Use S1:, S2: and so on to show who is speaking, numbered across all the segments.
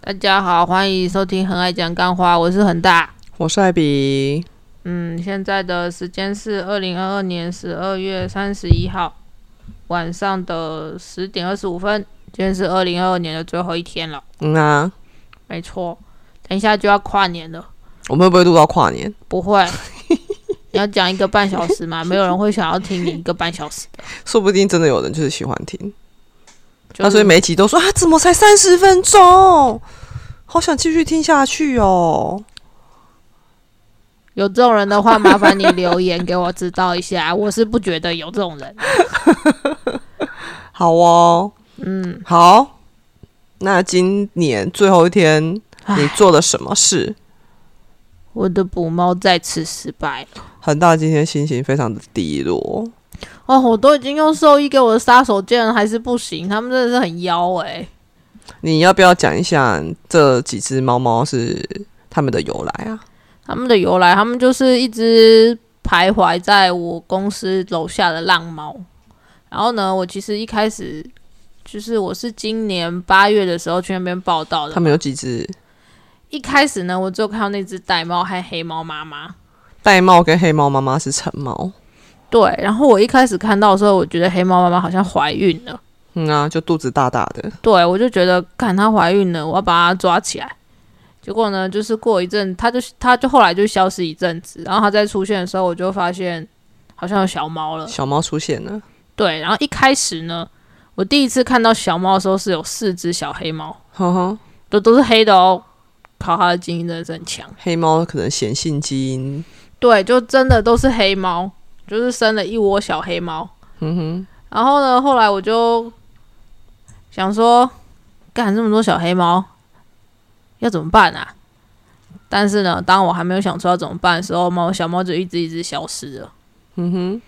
S1: 大家好，欢迎收听《很爱讲干话》，我是恒大。
S2: 我是艾比，
S1: 嗯，现在的时间是二零二二年十二月三十一号晚上的十点二十五分。今天是二零二二年的最后一天了，
S2: 嗯啊，
S1: 没错。等一下就要跨年了，
S2: 我们会不会录到跨年？
S1: 不会？你要讲一个半小 时吗？没有人会想要听你一个半小时的。
S2: 说不定真的有人就是喜欢听，
S1: 就
S2: 那、所以每一集都说啊，怎么才三十分钟？好想继续听下去哦。
S1: 有这种人的话，麻烦你留言给我知道一下。我是不觉得有这种人。
S2: 好哦，
S1: 嗯，
S2: 好，那今年最后一天
S1: 唉
S2: 你做了什么事？
S1: 我的捕猫再次失败了。
S2: 恒大今天心情非常的低落，
S1: 哦，我都已经用兽医给我的杀手锏了，还是不行。他们真的是很妖哎、
S2: 你要不要讲一下这几只猫猫是它们的由来啊？
S1: 他们的由来，他们就是一只徘徊在我公司楼下的浪猫。然后呢，我其实一开始就是我是今年八月的时候去那边报道
S2: 它
S1: 的。
S2: 们有几只？
S1: 一开始呢，我只有看到那只玳瑁和黑猫妈妈。
S2: 玳瑁跟黑猫妈妈是成猫，
S1: 对，然后我一开始看到的时候，我觉得黑猫妈妈好像怀孕了，
S2: 嗯啊，就肚子大大的，
S1: 对我就觉得，看她怀孕了，我要把她抓起来。结果呢，就是过一阵，它就它就后来就消失一阵子，然后它再出现的时候，我就发现好像有小猫了。
S2: 小猫出现了。
S1: 对，然后一开始呢，我第一次看到小猫的时候是有四只小黑猫，
S2: 呵呵，
S1: 都都是黑的哦。考它的基因真的是很强，
S2: 黑猫可能显性基因，
S1: 对，就真的都是黑猫，就是生了一窝小黑猫。
S2: 嗯哼，
S1: 然后呢，后来我就想说，干这么多小黑猫，要怎么办啊？但是呢，当我还没有想出要怎么办的时候，猫小猫就一只一只消失了。
S2: 嗯哼，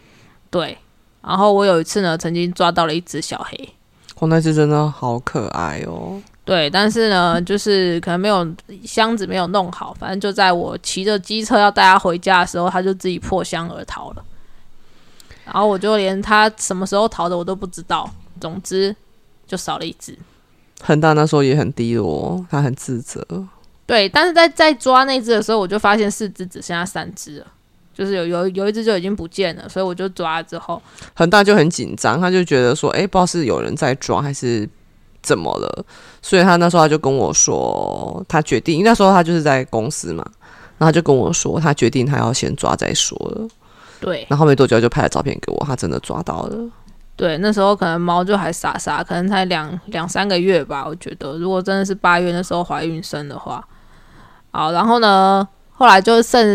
S1: 对，然后我有一次呢，曾经抓到了一只小黑，
S2: 我那只真的好可爱哦。
S1: 对，但是呢，就是可能没有箱子没有弄好，反正就在我骑着机车要带它回家的时候，它就自己破箱而逃了。然后我就连它什么时候逃的我都不知道，总之就少了一只。
S2: 恒大那时候也很低落，他很自责。
S1: 对，但是在在抓那只的时候，我就发现四只只剩下三只了，就是有有有一只就已经不见了，所以我就抓了之后，
S2: 恒大就很紧张，他就觉得说，哎、不知道是有人在抓还是怎么了，所以他那时候他就跟我说，他决定，因为那时候他就是在公司嘛，然后他就跟我说，他决定他要先抓再说了。
S1: 对
S2: 然后没多久就拍了照片给我，他真的抓到了。
S1: 对，那时候可能猫就还傻傻，可能才两两三个月吧，我觉得如果真的是八月那时候怀孕生的话，好，然后呢，后来就剩，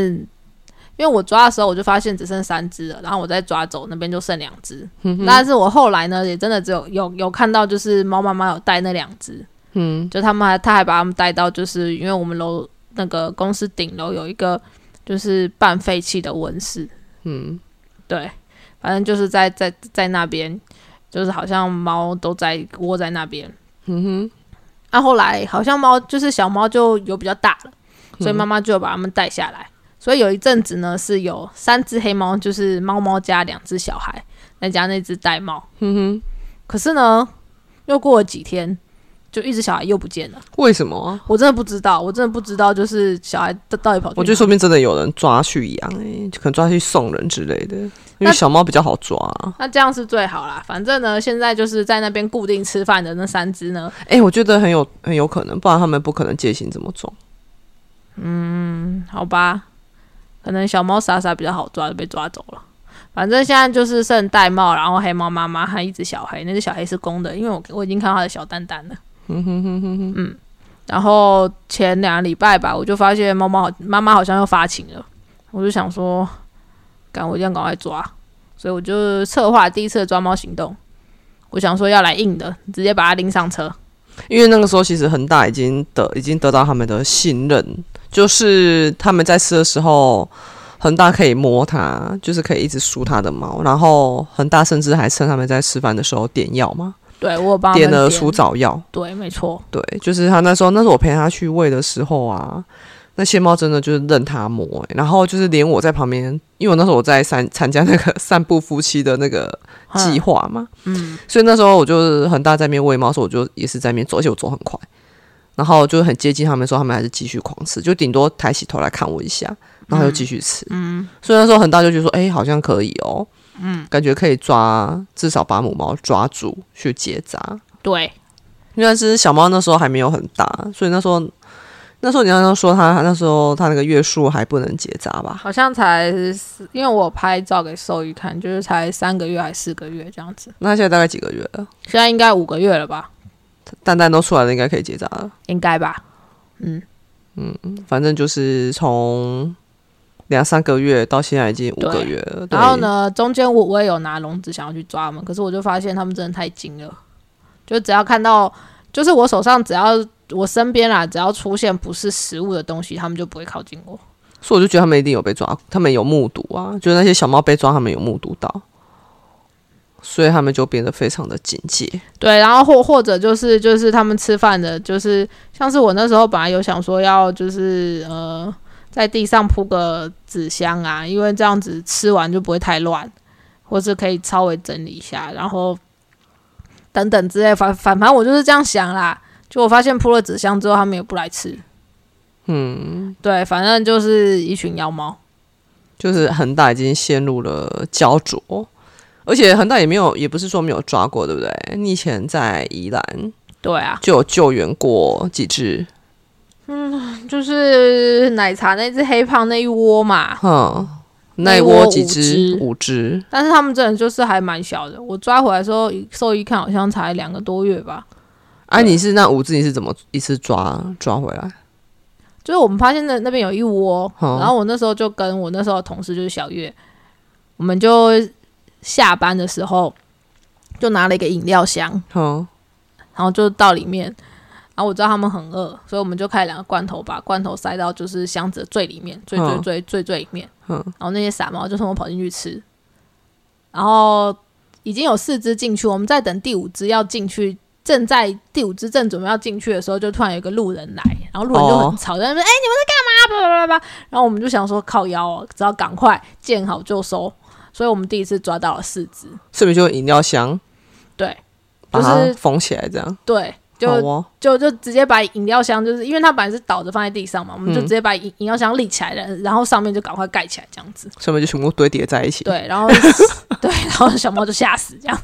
S1: 因为我抓的时候我就发现只剩三只了，然后我再抓走那边就剩两只，
S2: 嗯
S1: 但是我后来呢也真的只有有有看到就是猫妈妈有带那两只，
S2: 嗯，
S1: 就他们还他还把他们带到，就是因为我们楼那个公司顶楼有一个就是半废弃的温室，
S2: 嗯，
S1: 对，反正就是在在在那边，就是好像猫都在窝在那边。
S2: 嗯哼。
S1: 那、后来好像猫就是小猫就有比较大了，
S2: 嗯
S1: 所以妈妈就把它们带下来。所以有一阵子呢，是有三只黑猫，就是猫猫加两只小孩，再加那只玳瑁。
S2: 哼嗯哼，
S1: 可是呢，又过了几天，就一只小孩又不见了。
S2: 为什么啊？
S1: 我真的不知道，我真的不知道，就是小孩到到底跑去哪。
S2: 我觉得说不定真的有人抓去养、欸，可能抓去送人之类的，因
S1: 那
S2: 为小猫比较好抓、啊。
S1: 那这样是最好啦。反正呢，现在就是在那边固定吃饭的那三只呢，
S2: 哎、我觉得很有很有可能，不然他们不可能戒心这么重。
S1: 嗯好吧，可能小猫傻傻比较好抓，就被抓走了。反正现在就是剩玳瑁，然后黑猫妈妈和一只小黑，那只小黑是公的，因为我我已经看到它的小蛋蛋了。嗯
S2: 哼嗯哼哼哼哼，
S1: 然后前两个礼拜吧，我就发现猫猫好妈妈好像又发情了，我就想说，赶我一定要赶快抓，所以我就策划第一次的抓猫行动，我想说要来硬的，直接把它拎上车。
S2: 因为那个时候其实恒大已经得已经得到他们的信任，就是他们在吃的时候，恒大可以摸它，就是可以一直梳它的毛，然后恒大甚至还趁他们在吃饭的时候点药嘛，
S1: 对我有帮它们
S2: 点了除藻药。
S1: 对，没错，
S2: 对，就是他那时候，那时候我陪他去喂的时候啊，那些猫真的就是任他摸、欸然后就是连我在旁边，因为我那时候我在参参加那个 散步夫妻的那个计
S1: 嗯
S2: 划嘛，
S1: 嗯，
S2: 所以那时候我就是很大在那边喂猫的时候，我就也是在那边走，而且我走很快，然后就很接近他们的时候，他们还是继续狂吃，就顶多抬起头来看我一下，然后又继续吃。
S1: 嗯，
S2: 所以那时候很大就觉得说，哎、好像可以哦，嗯，感觉可以抓，至少把母猫抓住去结扎。
S1: 嗯对，
S2: 因为那只小猫那时候还没有很大，所以那时候那时候你刚刚说它那时候它那个月数还不能结扎吧？
S1: 好像才四因为我有拍照给兽医看，就是才三个月还四个月这样子，
S2: 那它现在大概几个月了？
S1: 现在应该五个月了吧？
S2: 蛋蛋都出来了，应该可以结扎了。
S1: 应该吧？嗯，
S2: 反正就是从两三个月到现在已经五个月了。对
S1: 然后？呢，中间我我也有拿笼子想要去抓它们，可是我就发现它们真的太精了，就只要看到，就是我手上只要我身边啊啦，只要出现不是食物的东西，它们就不会靠近我。
S2: 所以我就觉得他们一定有被抓，他们有目睹啊，就是那些小猫被抓，他们有目睹到，所以他们就变得非常的警戒。
S1: 对，然后或或者就是就是他们吃饭的，就是像是我那时候本来有想说要就是呃在地上铺个纸箱啊，因为这样子吃完就不会太乱，或是可以稍微整理一下，然后等等之类，反反反正我就是这样想啦。就我发现铺了纸箱之后，他们也不来吃。嗯，对，反正就是一群妖猫。
S2: 就是恒大已经陷入了焦灼，而且恒大也没有，也不是说没有抓过，对不对？你以前在宜兰
S1: 对啊，
S2: 就有救援过几只，
S1: 就是奶茶那只黑胖那一窝嘛，
S2: 哼，
S1: 那哦一
S2: 那一
S1: 窝
S2: 窝几
S1: 五只
S2: 只，五只，
S1: 但是他们真的就是还蛮小的。我抓回来的时候，兽医看好像才两个多月吧。
S2: 啊，你是那五只，你是怎么一次抓抓回来？
S1: 就是我们发现那那边有一窝，
S2: 哦
S1: 然后我那时候就跟我那时候的同事就是小月，我们就下班的时候就拿了一个饮料箱，
S2: 哼，
S1: 然后就到里面。然后我知道他们很饿，所以我们就开了两个罐头，把罐头塞到就是箱子的最里面，最最
S2: 嗯
S1: 最最最里面。
S2: 嗯
S1: 然后那些傻猫就从我跑进去吃，然后已经有四只进去，我们在等第五只要进去，正在第五只正准备要进去的时候，就突然有一个路人来，然后路人就很吵，在那边哎、你们在干嘛？叭叭叭叭。然后我们就想说靠腰哦，只要赶快见好就收，所以我们第一次抓到了四只，
S2: 顺便就用饮料箱
S1: 对，
S2: 把
S1: 就是
S2: 它封起来，这样
S1: 对，就
S2: 好哦。
S1: 就就直接把饮料箱，就是因为它本来是倒着放在地上嘛，我们就
S2: 嗯
S1: 直接把饮饮料箱立起来了，然后上面就赶快盖起来这样子。
S2: 上面就全部堆叠在一起。
S1: 对，然后 对，然后小猫就吓死这样。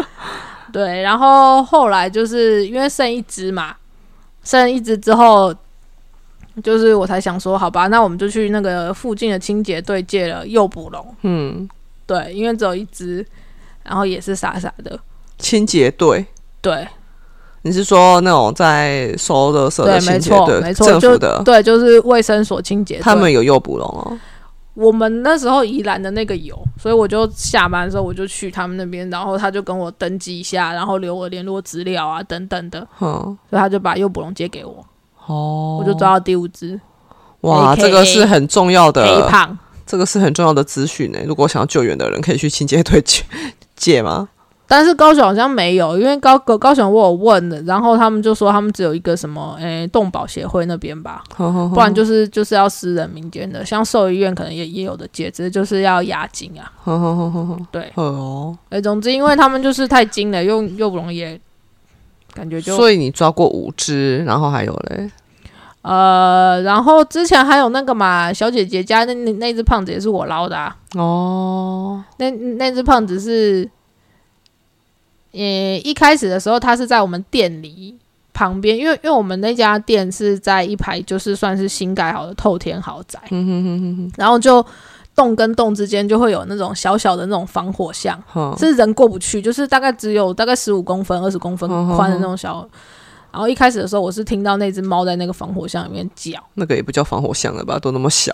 S1: 对，然后后来就是因为剩一只嘛，剩一只之后，就是我才想说，好吧，那我们就去那个附近的清洁队借了诱捕笼。
S2: 嗯，
S1: 对，因为只有一只，然后也是傻傻的。
S2: 清洁队，
S1: 对
S2: 你是说那种在收垃圾
S1: 对
S2: 的，清
S1: 没
S2: 洁
S1: 错
S2: 队，
S1: 没错，
S2: 政
S1: 就
S2: 府的，
S1: 对，就是卫生所清洁队。
S2: 他们有诱捕笼哦。
S1: 我们那时候宜兰的那个有，所以我就下班的时候我就去他们那边，然后他就跟我登记一下，然后留我联络资料啊等等的，
S2: 哼，
S1: 所以他就把诱捕笼借给我，
S2: 哦，
S1: 我就抓到第五只
S2: 哇，
S1: AKA
S2: 这个是很重要
S1: 黑
S2: 的，
S1: 胖。
S2: 这个是很重要的资讯呢。欸如果想要救援的人，可以去清洁队去 借吗？
S1: 但是高雄好像没有，因为高高高雄我有问的，然后他们就说他们只有一个什么诶动保协会那边吧，
S2: 哦
S1: 不
S2: 不
S1: 然就是就是要私人民间的，像兽医院可能也也有的借，只是就是要押金 啊。对，
S2: 哦，
S1: 哎，总之因为他们就是太精了，又又不容易，感觉就
S2: 所以你抓过五只，然后还有嘞，
S1: 呃，然后之前还有那个嘛，小姐姐家那那那只胖子也是我捞的啊。
S2: 哦，
S1: 那那只胖子是，呃，一开始的时候它是在我们店里旁边，因为因为我们那家店是在一排就是算是新盖好的透天豪宅，
S2: 嗯哼哼哼
S1: 然后就栋跟栋之间就会有那种小小的那种防火巷，
S2: 哼，哼
S1: 是人过不去，就是大概只有大概十五公分、二十公分
S2: 嗯哼
S1: 宽的那种小。然后一开始的时候，我是听到那只猫在那个防火巷里面叫。
S2: 那个也不叫防火巷了吧？都那么小，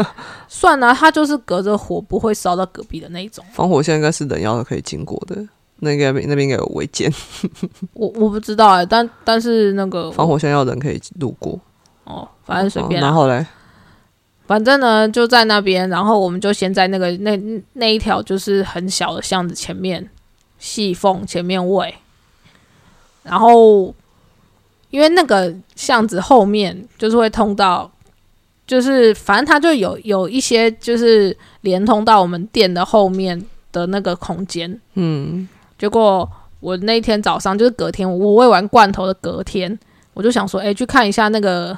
S1: 算了、它就是隔着火不会烧到隔壁的那一种。
S2: 防火巷应该是人要可以经过的。那应该那边应该有违建，
S1: 我我不知道哎、但但是那个
S2: 防火巷要人可以路过，
S1: 哦，反正随便
S2: 哦
S1: 啦、
S2: 然后嘞，
S1: 反正呢就在那边，然后我们就先在那个那那一条就是很小的巷子前面细缝前面喂，然后因为那个巷子后面就是会通到。就是，反正它就有有一些，就是连通到我们店的后面的那个空间，
S2: 嗯，
S1: 结果我那天早上就是隔天，我喂完罐头的隔天，我就想说，哎，去看一下那个，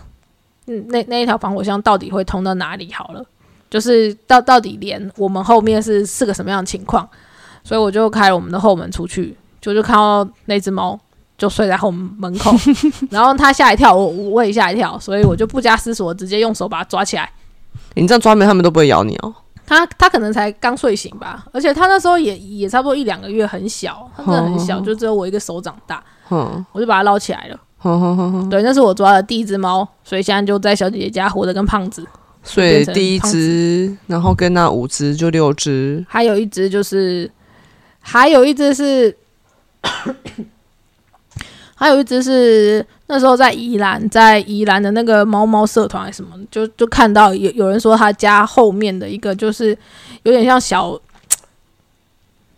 S1: 嗯，那那一条防火巷到底会通到哪里好了，就是到到底连我们后面是是个什么样的情况，所以我就开了我们的后门出去，就就看到那只猫就睡在后门口，然后它吓一跳，我我我也吓一跳，所以我就不加思索，直接用手把它抓起来。
S2: 你这样抓没，他们都不会咬你哦。
S1: 它它可能才刚睡醒吧，而且它那时候也也差不多一两个月，很小，它真的很小，
S2: 哦
S1: 就只有我一个手掌大，
S2: 哼，
S1: 我就把它捞起来了。
S2: 哼哼哼哼。
S1: 对，那是我抓的第一只猫，所以现在就在小姐姐家活得跟胖子。
S2: 所
S1: 变
S2: 以
S1: 成
S2: 第一
S1: 胖
S2: 只，然后跟那五只就六只，
S1: 还有一只就是，还有一只是， 还有一只是那时候在宜兰，在宜兰的那个猫猫社团还是什么，就就看到有有人说他家后面的一个就是有点像小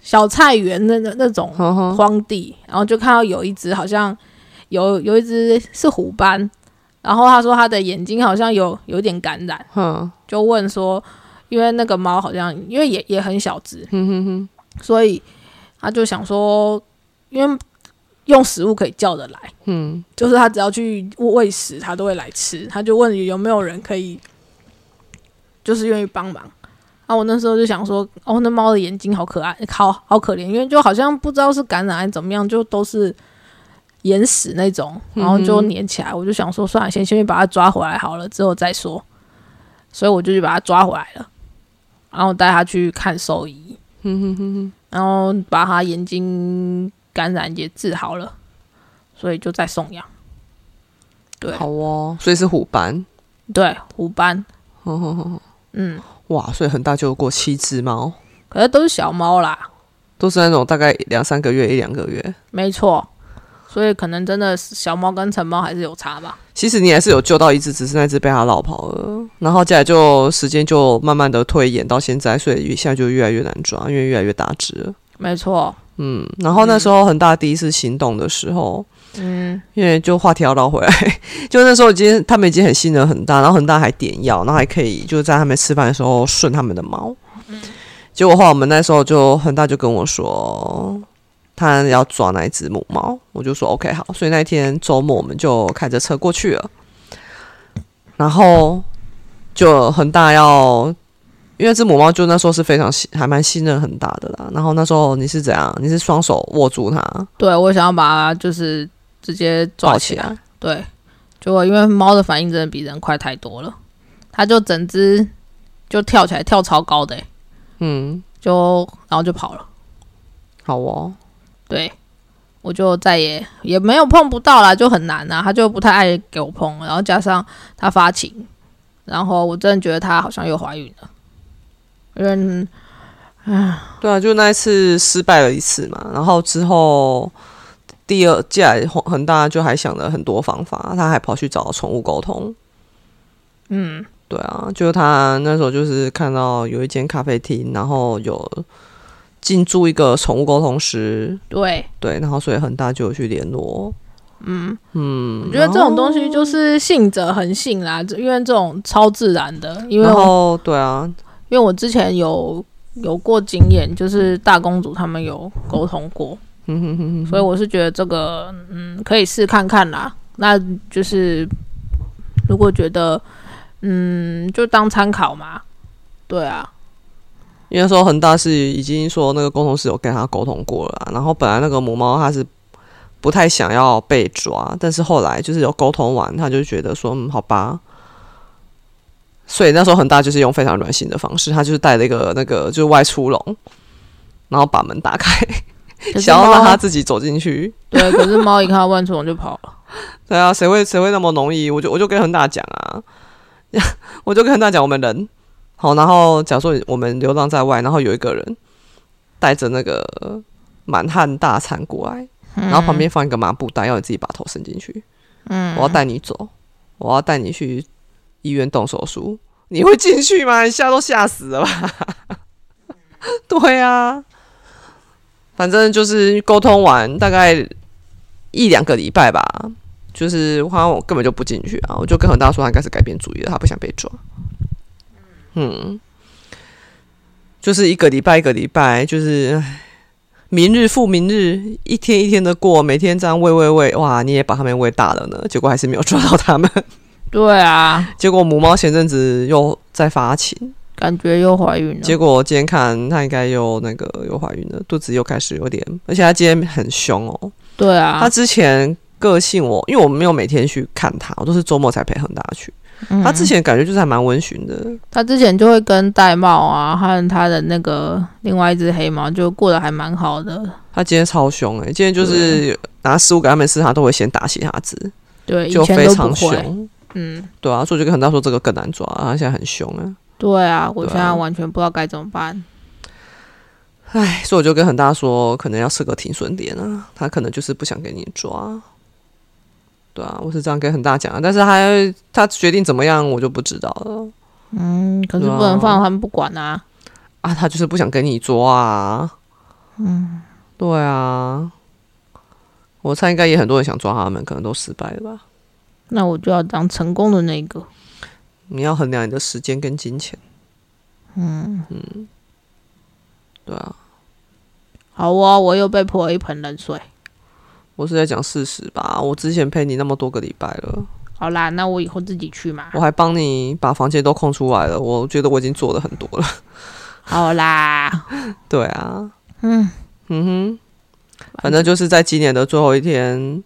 S1: 小菜园那那那种
S2: 哼哼，
S1: 荒地，然后就看到有一只好像有有一只是虎斑，然后他说他的眼睛好像有有点感染，
S2: 哼，
S1: 就问说，因为那个猫好像因为也也很小只，
S2: 哼嗯哼哼，
S1: 所以他就想说，因为用食物可以叫得来，
S2: 嗯，
S1: 就是他只要去喂食，他都会来吃。他就问有没有人可以，就是愿意帮忙。啊，我那时候就想说，哦，那猫的眼睛好可爱，好好可怜，因为就好像不知道是感染还是怎么样，就都是眼屎那种，然后
S2: 嗯
S1: 就粘起来。我就想说，算了，先先去把它抓回来好了，之后再说。所以我就去把它抓回来了，然后带它去看兽医，然后把它眼睛感染也治好了，所以就再送养。对
S2: 好哦。所以是虎斑，
S1: 对，虎斑，
S2: 哼哼哼哼，
S1: 嗯，
S2: 哇，所以很大就有过七只猫，
S1: 可是都是小猫啦，
S2: 都是那种大概两三个月一两个月。
S1: 没错，所以可能真的是小猫跟成猫还是有差吧。
S2: 其实你还是有救到一只，只是那只被它老跑了。然后接下来就时间就慢慢的推演到现在，所以现在就越来越难抓，因为越来越大只了。
S1: 没错，
S2: 嗯，然后那时候恒大第一次行动的时候，
S1: 嗯，
S2: 因为就话题要绕回来， 就那时候已经他们已经很信任恒大，然后恒大还点药，然后还可以就是在他们吃饭的时候顺他们的毛。结果后来我们那时候就恒大就跟我说，他要抓那一只母猫，我就说 OK 好，所以那一天周末我们就开着车过去了，然后就恒大要。因为这母猫就那时候是非常信，还蛮信任恒大的啦。然后那时候你是怎样？你是双手握住它
S1: 对我想要把它就是直接抓
S2: 抱
S1: 起
S2: 起
S1: 来，
S2: 来，
S1: 对，结果因为猫的反应真的比人快太多了，它就整只就跳起来，跳超高的欸、
S2: 嗯，
S1: 就然后就跑了。
S2: 好哦，
S1: 对，我就再也也没有碰不到啦，就很难啊，他就不太爱给我碰，然后加上他发情，然后我真的觉得他好像又怀孕了，嗯，
S2: 对啊，就那一次失败了一次嘛，然后之后第二接下来恒大就还想了很多方法，他还跑去找宠物沟通。
S1: 嗯，
S2: 对啊，就是他那时候就是看到有一间咖啡厅，然后有进驻一个宠物沟通师，
S1: 对，
S2: 对，然后所以恒大就有去联络。嗯嗯，
S1: 我觉得这种东西就是信者恒信啦，因为这种超自然的，因为
S2: 然后，然
S1: 我
S2: 后对啊，
S1: 因为我之前有有过经验，就是大公主他们有沟通过，
S2: 嗯哼哼哼，
S1: 所以我是觉得这个，嗯，可以试看看啦。那就是如果觉得，嗯，就当参考嘛。对啊，
S2: 因为那时候恒大是已经说那个沟通师有跟他沟通过了啊、然后本来那个母猫它是不太想要被抓，但是后来就是有沟通完，他就觉得说嗯好吧，所以那时候恒大就是用非常软性的方式，他就是带了一个那个就是外出笼，然后把门打开，
S1: 可是
S2: 想要让
S1: 猫
S2: 它自己走进去。
S1: 对，可是猫一看到万春龙就跑了。
S2: 对啊，谁会谁会那么容易？我就我就跟恒大讲啊， 我就跟恒大讲我们人好，然后假如说我们流浪在外，然后有一个人带着那个满汉大餐过来，然后旁边放一个麻布袋，要你自己把头伸进去。嗯，我要带你走，我要带你去医院动手术，你会进去吗？你吓都吓死了吧？ 对啊，反正就是沟通完大概一两个礼拜吧，就是好像我根本就不进去啊，我就跟恒大说他应该是改变主意了，他不想被抓。嗯，就是一个礼拜一个礼拜，就是唉明日复明日，一天一天的过，每天这样喂喂喂，哇，你也把它们喂大了呢，结果还是没有抓到它 们，
S1: 对啊，
S2: 结果母猫前阵子又在发情，
S1: 感觉又怀孕了。
S2: 结果今天看它应该又那个又怀孕了，肚子又开始有点，而且它今天很凶哦，
S1: 对啊
S2: 他，之前个性我，因为我没有每天去看他，我都是周末才陪恒大去。
S1: 嗯
S2: 他之前感觉就是还蛮温驯的，
S1: 他之前就会跟玳瑁啊和他的那个另外一只黑猫就过得还蛮好的。
S2: 他今天超凶哎、今天就是拿食物给他们吃，他都会先打斜他子，
S1: 对，以
S2: 就
S1: 前
S2: 非
S1: 都不
S2: 常
S1: 会。
S2: 凶。
S1: 嗯，
S2: 对啊，所以我就跟恒大说这个更难抓，他现在很凶啊。
S1: 对啊，我
S2: 对啊
S1: 现在完全不知道该怎么办。
S2: 唉，所以我就跟恒大说，可能要设个停损点啊，他可能就是不想给你抓。对啊，我是这样跟恒大讲啊，但是他他决定怎么样，我就不知道了
S1: 嗯，可是
S2: 对啊
S1: 不能放他们不管啊。
S2: 啊，他就是不想跟你抓啊。对啊，我猜应该也很多人想抓他们，可能都失败了吧。
S1: 那我就要当成功的那一个。
S2: 你要衡量你的时间跟金钱。嗯对啊，
S1: 好哦，我又被泼了一盆冷水。
S2: 我是在讲事实吧。我之前陪你那么多个礼拜了，
S1: 好啦，那我以后自己去嘛
S2: 我。还帮你把房间都空出来了，我觉得我已经做了很多了。
S1: 好啦，
S2: 对啊，
S1: 嗯
S2: 嗯哼，反正就是在今年的最后一天，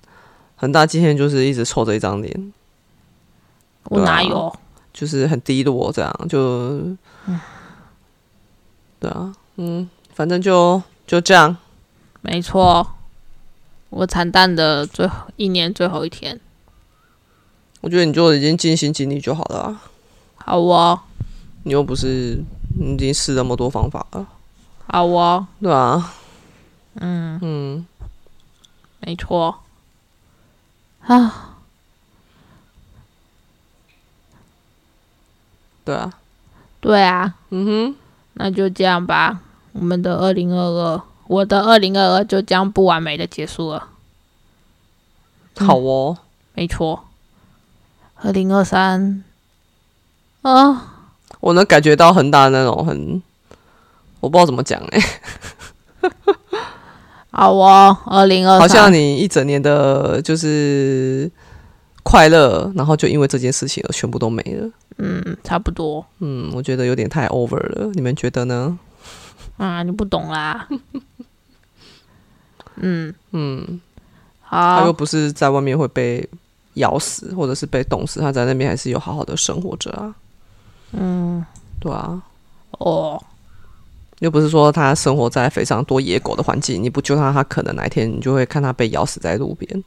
S2: 恒大今天就是一直臭着一张脸。
S1: 我哪有？
S2: 就是很低落，这样就，对啊，嗯，反正就就这样，
S1: 没错，我惨淡的最后一年最后一天。
S2: 我觉得你就已经尽心尽力就好了、啊，
S1: 好哦，
S2: 你又不是你已经试那么多方法了，
S1: 好哦，
S2: 对啊，
S1: 嗯，
S2: 嗯，
S1: 没错。啊，
S2: 对啊，
S1: 对啊，
S2: 嗯哼，
S1: 那就这样吧。我们的二零二二，我的二零二二就这样不完美的结束了。
S2: 好哦，
S1: 没错，二零二三，
S2: 哦
S1: 啊，
S2: 我能感觉到很大那种很，我不知道怎么讲哎、
S1: 好哦，二零二
S2: 好像
S1: 三，
S2: 你一整年的就是快乐，然后就因为这件事情而全部都没了，
S1: 嗯，差不多。
S2: 嗯，我觉得有点太 over 了，你们觉得呢？
S1: 啊，你不懂 啦。嗯，
S2: 嗯。他又
S1: 好，
S2: 不是在外面会被咬死，或者是被冻死，他在那边还是有好好的生活着啊。
S1: 嗯，
S2: 对啊，
S1: 哦，
S2: 又不是说他生活在非常多野狗的环境，你不救他，他可能哪一天你就会看他被咬死在路边，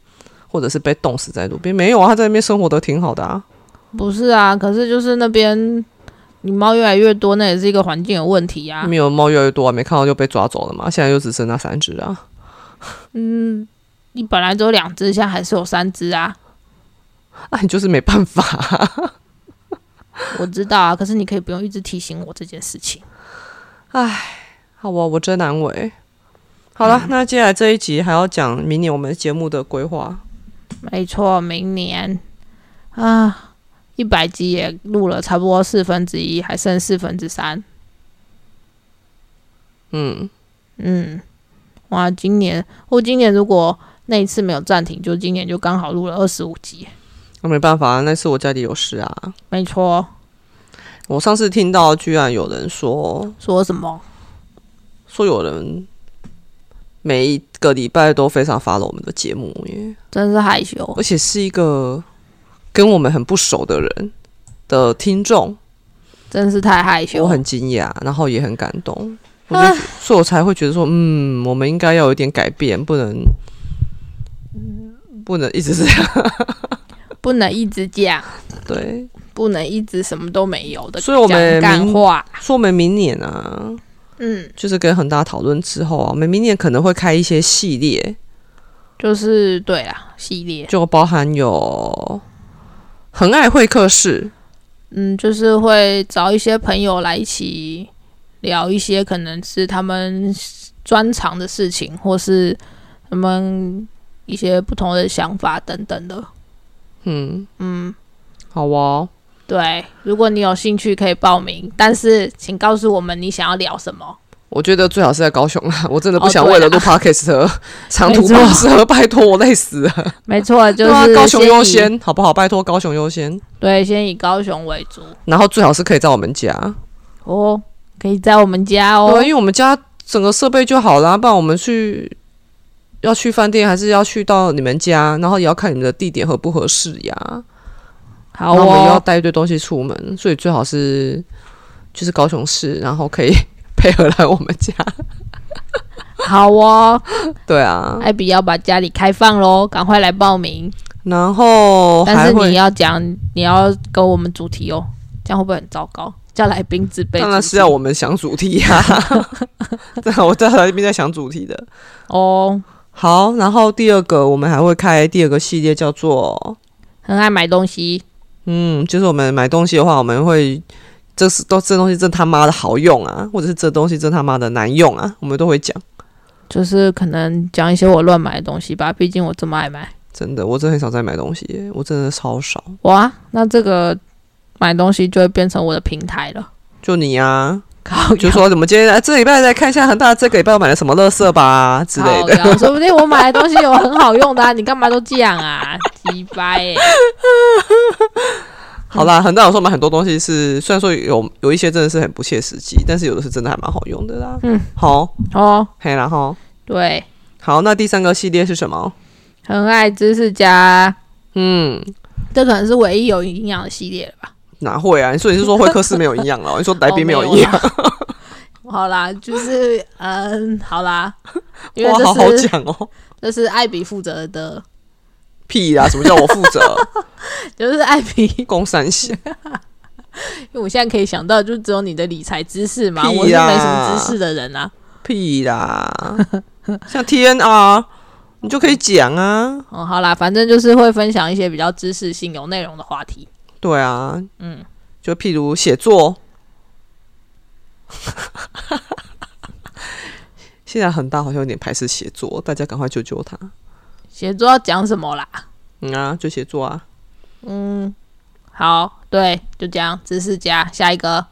S2: 或者是被冻死在路边。没有啊，他在那边生活的挺好的啊。
S1: 不是啊，可是就是那边你猫越来越多，那也是一个环境有问题呀、
S2: 没有猫越来越多啊，没看到就被抓走了嘛，现在就只剩那三只啊。
S1: 嗯，你本来只有两只，现在还是有三只啊。
S2: 啊，你就是没办法啊、
S1: 我知道啊，可是你可以不用一直提醒我这件事情。
S2: 好吧，我真难为。好了，那接下来这一集还要讲明年我们节目的规划。
S1: 没错，明年啊，一百集也录了差不多四分之一，还剩四分之三。
S2: 嗯，
S1: 嗯，哇，今年我今年如果那一次没有暂停，就今年就刚好录了二十五集。
S2: 那没办法啊，那次我家里有事啊。
S1: 没错，
S2: 我上次听到，居然有人说
S1: 说什么？
S2: 说有人每一个礼拜都非常 follow 我们的节目耶，
S1: 真是害羞。
S2: 而且是一个跟我们很不熟的人的听众，
S1: 真是太害羞。
S2: 我很惊讶，然后也很感动，我
S1: 啊
S2: 就所以我才会觉得说，嗯，我们应该要有一点改变，不能
S1: 嗯
S2: 不能一直这样，
S1: 不能一直讲，
S2: 对，
S1: 不能一直什么都没有的
S2: 所以我们
S1: 讲干
S2: 明
S1: 话。
S2: 说我们明年啊，
S1: 嗯，
S2: 就是跟恒大讨论之后啊，我们明年可能会开一些系列，
S1: 就是对啦，系列，
S2: 就包含有恒爱会客室，
S1: 嗯，就是会找一些朋友来一起聊一些可能是他们专长的事情，或是他们一些不同的想法等等的。
S2: 嗯，
S1: 嗯，
S2: 好哦，
S1: 对，如果你有兴趣可以报名，但是请告诉我们你想要聊什么。
S2: 我觉得最好是在高雄啦， 我真的不
S1: 哦
S2: 想
S1: 对
S2: 为了
S1: 啦
S2: 录 podcast 而长途
S1: 没错
S2: 跋涉，拜托我累死了。
S1: 没错，就
S2: 对啊
S1: 是
S2: 高雄
S1: 以
S2: 优，先，好不好？拜托高雄优先，
S1: 对，先以高雄为主
S2: 然后最好是可以在我们家，
S1: 哦，可以在我们家哦
S2: 对，，因为我们家整个设备就好啦，不然我们去要去饭店还是要去到你们家，然后也要看你们的地点合不合适呀。
S1: 好
S2: 然后我们又要
S1: 哦，
S2: 带一堆东西出门，所以最好是就是高雄市，然后可以 配合来我们家。
S1: 好哦，
S2: 对啊，
S1: 艾比要把家里开放喽，赶快来报名，
S2: 然后
S1: 但
S2: 还
S1: 是你
S2: 会
S1: 要讲，你要跟我们主题哦，这样会不会很糟糕？叫来宾自备主题，
S2: 当然是要啊我们想主 题呀、对啊，我在那边在想主题的。
S1: 哦，
S2: 好，然后第二个我们还会开第二个系列叫做
S1: 很爱买东西，
S2: 嗯，就是我们买东西的话，我们会这是都这东西真他妈的好用啊，或者是这东西真他妈的难用啊，我们都会讲。
S1: 就是可能讲一些我乱买的东西吧，毕竟我这么爱买。
S2: 真的，我真的很少在买东西耶，我真的超少。
S1: 哇，那这个买东西就会变成我的平台了。
S2: 就你啊，
S1: 靠
S2: 就说怎么今天啊来这礼拜来看一下恒大这个礼拜我买了什么乐色吧之类的。
S1: 的，靠说不定我买的东西有很好用的、啊， 你干嘛都这样啊？鸡掰耶！
S2: 好啦，恒大有时候买很多东西是，虽然说有有一些真的是很不切实际，但是有的是真的还蛮好用的啦。
S1: 嗯，
S2: 好，
S1: 哦，
S2: 嘿啦哈。
S1: 对，
S2: 好，那第三个系列是什么？
S1: 很爱知识家，
S2: 嗯，
S1: 这可能是唯一有营养的系列了吧？
S2: 哪会啊？你说你是说会客室没有营养了？你说来宾没有营
S1: 哦
S2: 养？
S1: 啦。 好啦，就是嗯，好 啦，因为
S2: 哇，
S1: 这
S2: 好好
S1: 是
S2: 讲哦。
S1: 这是艾比负责的，
S2: 屁啦！什么叫我负责？
S1: 就是艾比
S2: 公三小
S1: 因为我现在可以想到，就只有你的理财知识嘛，
S2: 屁呀
S1: 我是没什么知识的人啊。
S2: 屁 啦！像 TNR，你就可以讲啊。
S1: 哦，好啦，反正就是会分享一些比较知识性、有内容的话题。
S2: 对啊，
S1: 嗯，
S2: 就譬如写作。 现在很大，好像有点排斥写作，大家赶快救救他。
S1: 写作要讲什么啦？
S2: 嗯啊，就写作啊。
S1: 嗯，好，对，就这样，知识家。下一个，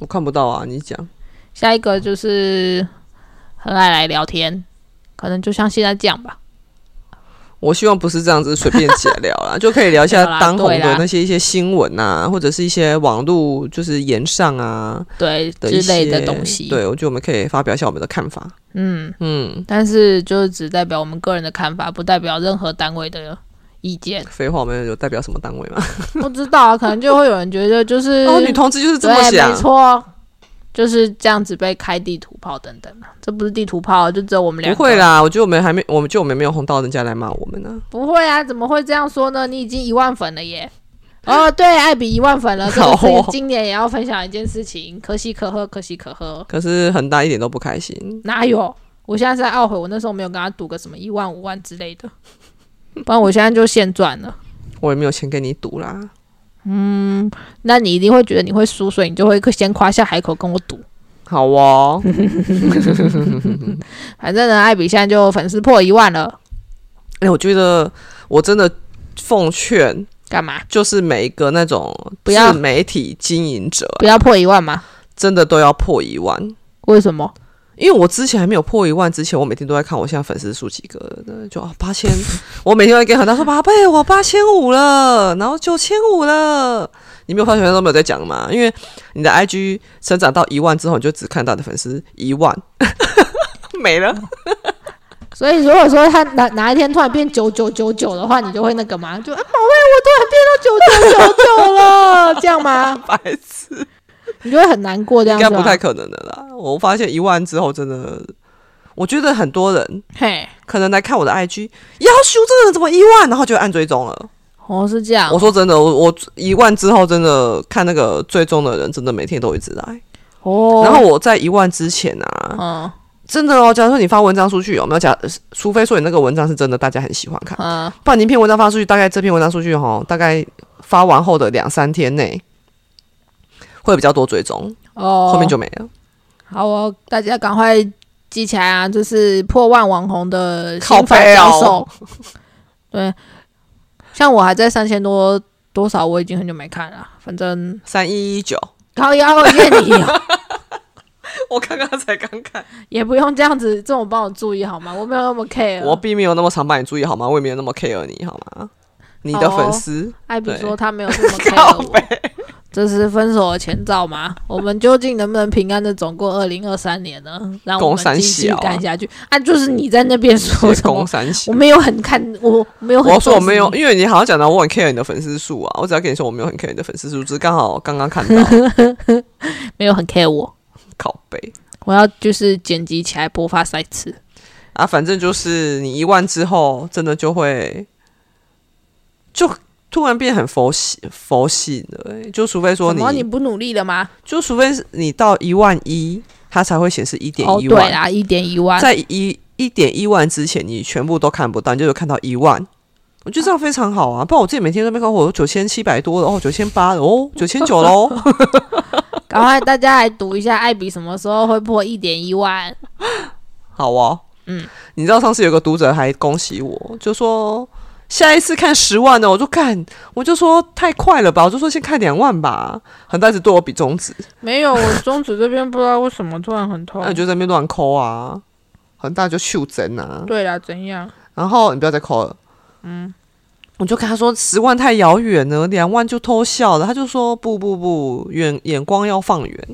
S2: 我看不到啊，你讲。
S1: 下一个就是很爱来聊天，可能就像现在这样吧。
S2: 我希望不是这样子随便解聊 啦，就可以聊一下
S1: 没有啦
S2: 当红
S1: 对啦
S2: 的那些一些新闻啊，或者是一些网络就是言上啊
S1: 对
S2: 的
S1: 之
S2: 一
S1: 类
S2: 些
S1: 的东西，
S2: 对，我觉得我们可以发表一下我们的看法。
S1: 嗯，
S2: 嗯，。
S1: 但是就是只代表我们个人的看法，不代表任何单位的意见
S2: 废话，我们有代表什么单位吗？
S1: 不知道啊，可能就会有人觉得就是
S2: 哦，女同志就是这么
S1: 嗯对，
S2: 想
S1: 没，错，就是这样子被开地图炮等等嘛。这不是地图炮，就只有我们两
S2: 不
S1: 个。
S2: 会，啦，我觉得我们还没，我们就我们没有红到人家来骂我们呢、
S1: 不会啊，怎么会这样说呢？你已经一万粉了耶！哦，对，艾比一万粉 了，这个
S2: 好哦
S1: 是今年也要分享一件事情，可喜可贺，可喜可贺。
S2: 可是恒大一点都不开心，
S1: 哪有？我现在是在懊悔，我那时候没有跟他赌个什么一万、五万之类的，不然我现在就现赚了。
S2: 我也没有钱给你赌啦。
S1: 那你一定会觉得你会输，所以你就会先夸下海口跟我赌。
S2: 好哦，
S1: 反正呢，艾比现在就粉丝破一万了，
S2: 哎、我觉得我真的奉劝，
S1: 干嘛？
S2: 就是每一个那种
S1: 不要
S2: 自媒体经营者，
S1: 不要破一万吗？
S2: 真的都要破一万。
S1: 为什么？
S2: 因为我之前还没有破一万之前，我每天都在看我现在粉丝数几个了，那就啊八千， 我每天都在跟恒大说宝贝，我八千五了，然后九千五了。你没有发现都没有在讲吗？因为你的 IG 成长到一万之后，你就只看到你的粉丝一万， 没了。
S1: 所以如果说他哪哪一天突然变九九九九的话，你就会那个吗？就啊，宝贝，我突然变到九九九九了，这样吗？
S2: 白痴，
S1: 你就会很难过这
S2: 应
S1: 样
S2: 该
S1: 子
S2: 不
S1: 吗
S2: 太？可能的啦。我发现一万之后，真的，我觉得很多人
S1: 嘿，
S2: 可能来看我的 IG，要求这个人怎么一万，然后就按追踪了。
S1: 哦，是这样
S2: 我。说真的，我我一万之后，真的看那个追踪的人，真的每天都一直来。
S1: 哦，
S2: 然后我在一万之前啊，
S1: 嗯
S2: 真的哦，假如说你发文章出去有没有？假呃除非说你那个文章是真的大家很喜欢看，
S1: 嗯，
S2: 不然你一篇文章发出去，大概这篇文章出去哈，大概发完后的两三天内会比较多追踪，
S1: 哦，
S2: 后面就没了。
S1: 好哦，大家赶快记起来啊！这是破万网红的
S2: 靠
S1: 新法
S2: 背
S1: 教
S2: 哦
S1: 授。 对，像我还在三千多多少，我已经很久没看了，反正
S2: 三一一九，
S1: 高腰我怨你哦。
S2: 我刚刚才刚看，
S1: 也不用这样子这么帮我注意好吗？我没有那么 care。
S2: 我并没有那么常帮你注意好吗？我也没有那么 care 你好吗？你的粉丝、
S1: 艾比
S2: 对
S1: 说他没有这么
S2: 靠
S1: care 我，
S2: 背
S1: 这是分手的前兆吗？我们究竟能不能平安的走过二零二三年呢？让我
S2: 公三
S1: 们继续
S2: 小啊
S1: 干下去啊！就是你在那边说
S2: 写
S1: 什么
S2: 公？三小
S1: 我。没有很看，我没有很。
S2: 我说我没有，，因为你好像讲到我很 care 你的粉丝数啊，我只要跟你说我没有很 care 你的粉丝数，只是刚好刚刚看 到
S1: 没有很 care 我。
S2: 靠背
S1: 我要就是剪辑起来播发塞次。
S2: 啊，反正就是你一万之后，真的就会就突然变很佛系佛系了欸、就除非说
S1: 怎
S2: 你
S1: 么你不努力了吗？
S2: 就除非是你到一万一，它才会显示一点
S1: 哦，
S2: 一
S1: 对
S2: 万，
S1: 啦，一点一万，
S2: 在一一点一万之前，你全部都看不到，你就有看到一万。我觉得这样非常好啊，不然我自己每天都没看，我九千七百多了哦，九千八了哦，九千九喽。
S1: 赶快大家来赌一下，艾比什么时候会破一点一万？
S2: 好哦，
S1: 嗯，
S2: 你知道上次有个读者还恭喜我，就说下一次看十万呢，我就看，我就说太快了吧，我就说先看两万吧，很大只对我比中指，
S1: 没有，我中指这边不知道为什么突然很痛
S2: 那你就在那边乱抠啊，很大就袖珍啊，
S1: 对啦，怎样？
S2: 然后你不要再抠了，
S1: 嗯，
S2: 我就跟他说十万太遥远了，两万就偷笑了，他就说不不不，远眼光要放远，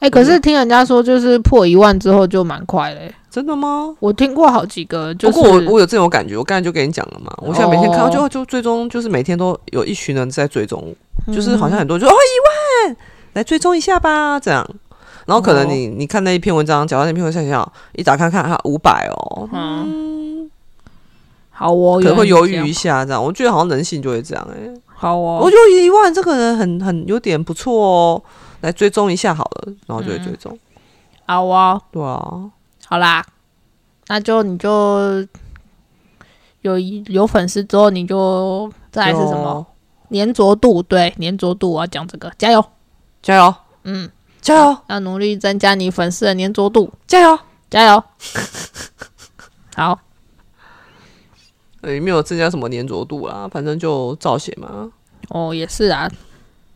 S1: 哎、可是听人家说，就是破一万之后就蛮快嘞、
S2: 真的吗？
S1: 我听过好几个，就是
S2: 不过我我有这种感觉，我刚才就跟你讲了嘛，我现在每天看，
S1: 哦
S2: 就就最终就是每天都有一群人在追踪我。
S1: 嗯
S2: 就是好像很多人就说哦一万来追踪一下吧这样，然后可
S1: 哦
S2: 能你、你看那一篇文章，讲到那篇文章，想想一打开看它五百哦，
S1: 嗯，好哦，
S2: 可能会
S1: 原来
S2: 犹
S1: 是这样
S2: 豫一下这样。我觉得好像人性就会这样哎、
S1: 好哦，
S2: 我觉得一万这个人很很有点不错哦，来追踪一下好了，然后就
S1: 嗯
S2: 会追踪。
S1: 好哦，
S2: 对啊，
S1: 好啦，那就你就有一有粉丝之后，你就再来是什么？粘着度？对，粘着度，我要讲这个，加油，
S2: 就？加油，
S1: 嗯，
S2: 加油，
S1: 要努力增加你粉丝的粘着度，
S2: 加油！
S1: 加 油。好，
S2: 呃也没有增加什么粘着度啦，反正就照写嘛。
S1: 哦，也是啊，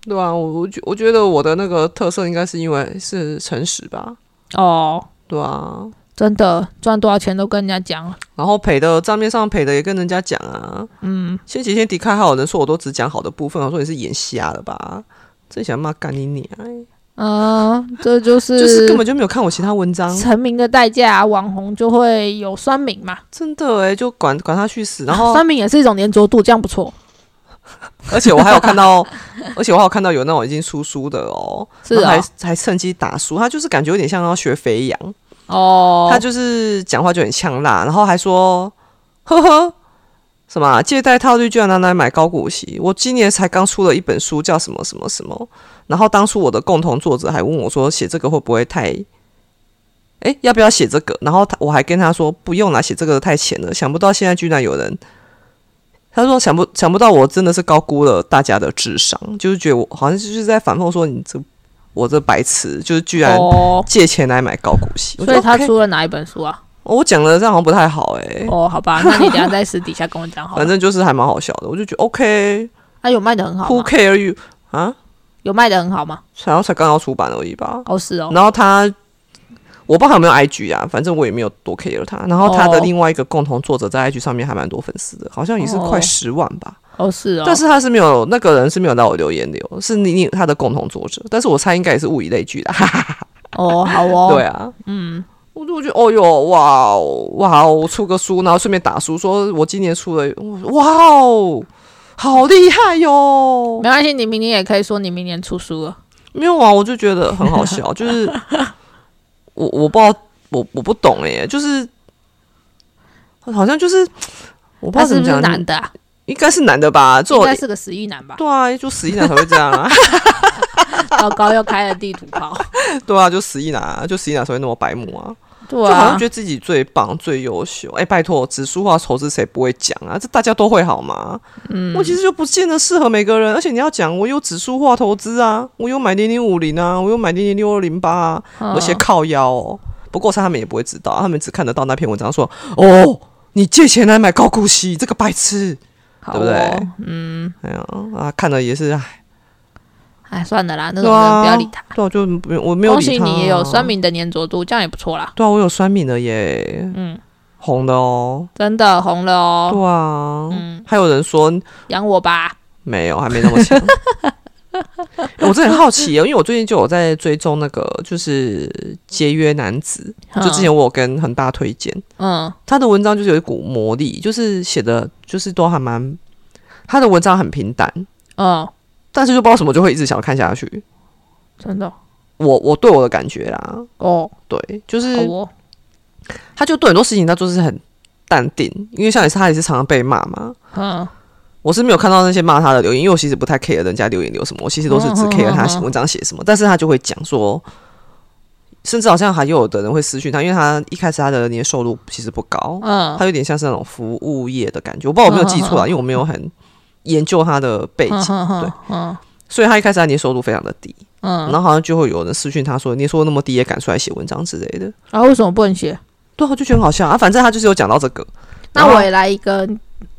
S2: 对啊，我我觉我觉得我的那个特色应该是因为是诚实吧，
S1: 哦，
S2: 对啊，
S1: 真的赚多少钱都跟人家讲啊了，
S2: 然后赔的账面上赔的也跟人家讲啊。
S1: 嗯，
S2: 前几天迪卡还有人说我都只讲好的部分，我说你是眼瞎了吧？真想骂干你娘欸、
S1: 嗯、这就是
S2: 就是根本就没有看我其他文章，
S1: 成名的代价、啊网红就会有酸民嘛，
S2: 真的哎、就管管他去死。然后，
S1: 酸民也是一种粘着度，这样不错，
S2: 而且我还有看到，而且我还有看到有那种已经出书的哦，
S1: 是
S2: 然后
S1: 啊、
S2: 还还趁机打书，他就是感觉有点像要学肥羊。
S1: 哦，
S2: 他就是讲话就很呛辣，然后还说呵呵什么啊、借贷套利居然拿来买高股息，我今年才刚出了一本书叫什么什么什么，然后当初我的共同作者还问我说写这个会不会太。诶，要不要写这个？然后他我还跟他说不用啦，写这个太浅了。想不到现在居然有人，他说想不想不到我真的是高估了大家的智商，就是觉得我好像就是在反讽说你这我这白痴，就是居然
S1: 哦，
S2: 借钱来买高股息。我
S1: 所以
S2: 觉得
S1: 他
S2: OK
S1: 出了哪一本书啊？
S2: 哦我讲的这样好像不太好哎、
S1: 哦，好 吧，那你等一下在私底下跟我讲好啊
S2: 反
S1: 了。
S2: 正就是还蛮好笑的，我就觉得 OK，Who、
S1: 他有卖的很好吗？
S2: care you 啊？
S1: 有卖的很好吗？
S2: 然后才刚要出版而已吧。
S1: 哦，是哦，
S2: 然后他，我不知道他有没有 IG 啊，反正我也没有多 care 他。然后他的
S1: 哦
S2: 另外一个共同作者在 IG 上面还蛮多粉丝的，好像也是
S1: 哦
S2: 快十万吧。
S1: 哦是哦，
S2: 但是他是没有那个人是没有来我留言留，是你你他的共同作者。但是我猜应该也是物以类聚的，哈哈哈。
S1: 哦好哦，
S2: 对啊。
S1: 嗯，
S2: 我就觉得，哦哟，哇哦，哇哦，我出个书，然后顺便打书，说我今年出了，哇哦，好厉害哟！
S1: 没关系，你明年也可以说你明年出书了。
S2: 没有啊，我就觉得很好 笑，就是我我不知道，我我不懂耶，就是好像就是我不
S1: 他
S2: 知道
S1: 是
S2: 怎么
S1: 不是
S2: 讲，
S1: 男的啊？
S2: 应该是男的吧？这
S1: 应
S2: 种
S1: 该是个十亿男吧？
S2: 对啊，就死一男才会这样啊，
S1: 糟糕，又开了地图炮。
S2: 对啊，就死一男啊，就死一男才会那么白目啊，
S1: 对
S2: 就好像
S1: 啊
S2: 觉，得自己最棒、最优秀。哎，拜托，指数化投资谁不会讲啊？这大家都会好吗？
S1: 嗯
S2: 我，其实就不见得适合每个人，而且你要讲，我有指数化投资啊，我有买零零五零啊，我有买零零六二零八啊，
S1: 嗯
S2: 我写靠腰哦。不过我猜他们也不会知道，他们只看得到那篇文章说，哦，你借钱来买高股息，这个白痴。
S1: 好
S2: 对不对
S1: 哦？嗯，
S2: 哎呀啊，看了也是，哎
S1: 哎，算了啦，那
S2: 对
S1: 种人
S2: 啊，
S1: 不要理他。
S2: 对啊，就没有我没有
S1: 恭
S2: 理
S1: 喜
S2: 他、啊
S1: 你也有酸。民的粘着度，这样也不错啦。
S2: 对啊，我有酸敏的耶，
S1: 嗯，
S2: 红的哦。
S1: 真的红了哦，
S2: 对啊，
S1: 嗯
S2: 还有人说
S1: 养我吧。
S2: 没有，还没那么强。 欸我真的很好奇耶，因为我最近就有在追踪那个就是节约男子，就之前我有跟恒大推荐
S1: 嗯
S2: 他的文章，就是有一股魔力，就是写的就是都还蛮他的文章很平淡，
S1: 嗯，嗯
S2: 但是就不知道什么就会一直想看下去。
S1: 真的
S2: 我我对我的感觉啦，
S1: 哦，
S2: 对，就是
S1: 好哦，
S2: 他就对很多事情他就是很淡定，因为像也是他也是常常被骂嘛。
S1: 嗯
S2: 我是没有看到那些骂他的留言，因为我其实不太 care 人家留言留什么，我其实都是只
S1: 嗯嗯
S2: care 他
S1: 嗯
S2: 写
S1: 嗯
S2: 文章写什么。但是他就会讲说，甚至好像还有的人会私讯他，因为他一开始他的年收入其实不高，
S1: 嗯
S2: 他有点像是那种服务业的感觉。我不知道我有没有记错
S1: 嗯嗯
S2: 啊，
S1: 嗯
S2: 因为我没有很研究他的背
S1: 嗯
S2: 景，
S1: 嗯
S2: 对
S1: 嗯
S2: 所以他一开始他年收入非常的低，然
S1: 嗯，
S2: 后好像就会有人私讯他说，年收入那么低也敢出来写文章之类的。
S1: 然后为什么不能写？
S2: 对啊，我就觉得很好笑啊，反正他就是有讲到这个。
S1: 那
S2: 然后
S1: 我也来一个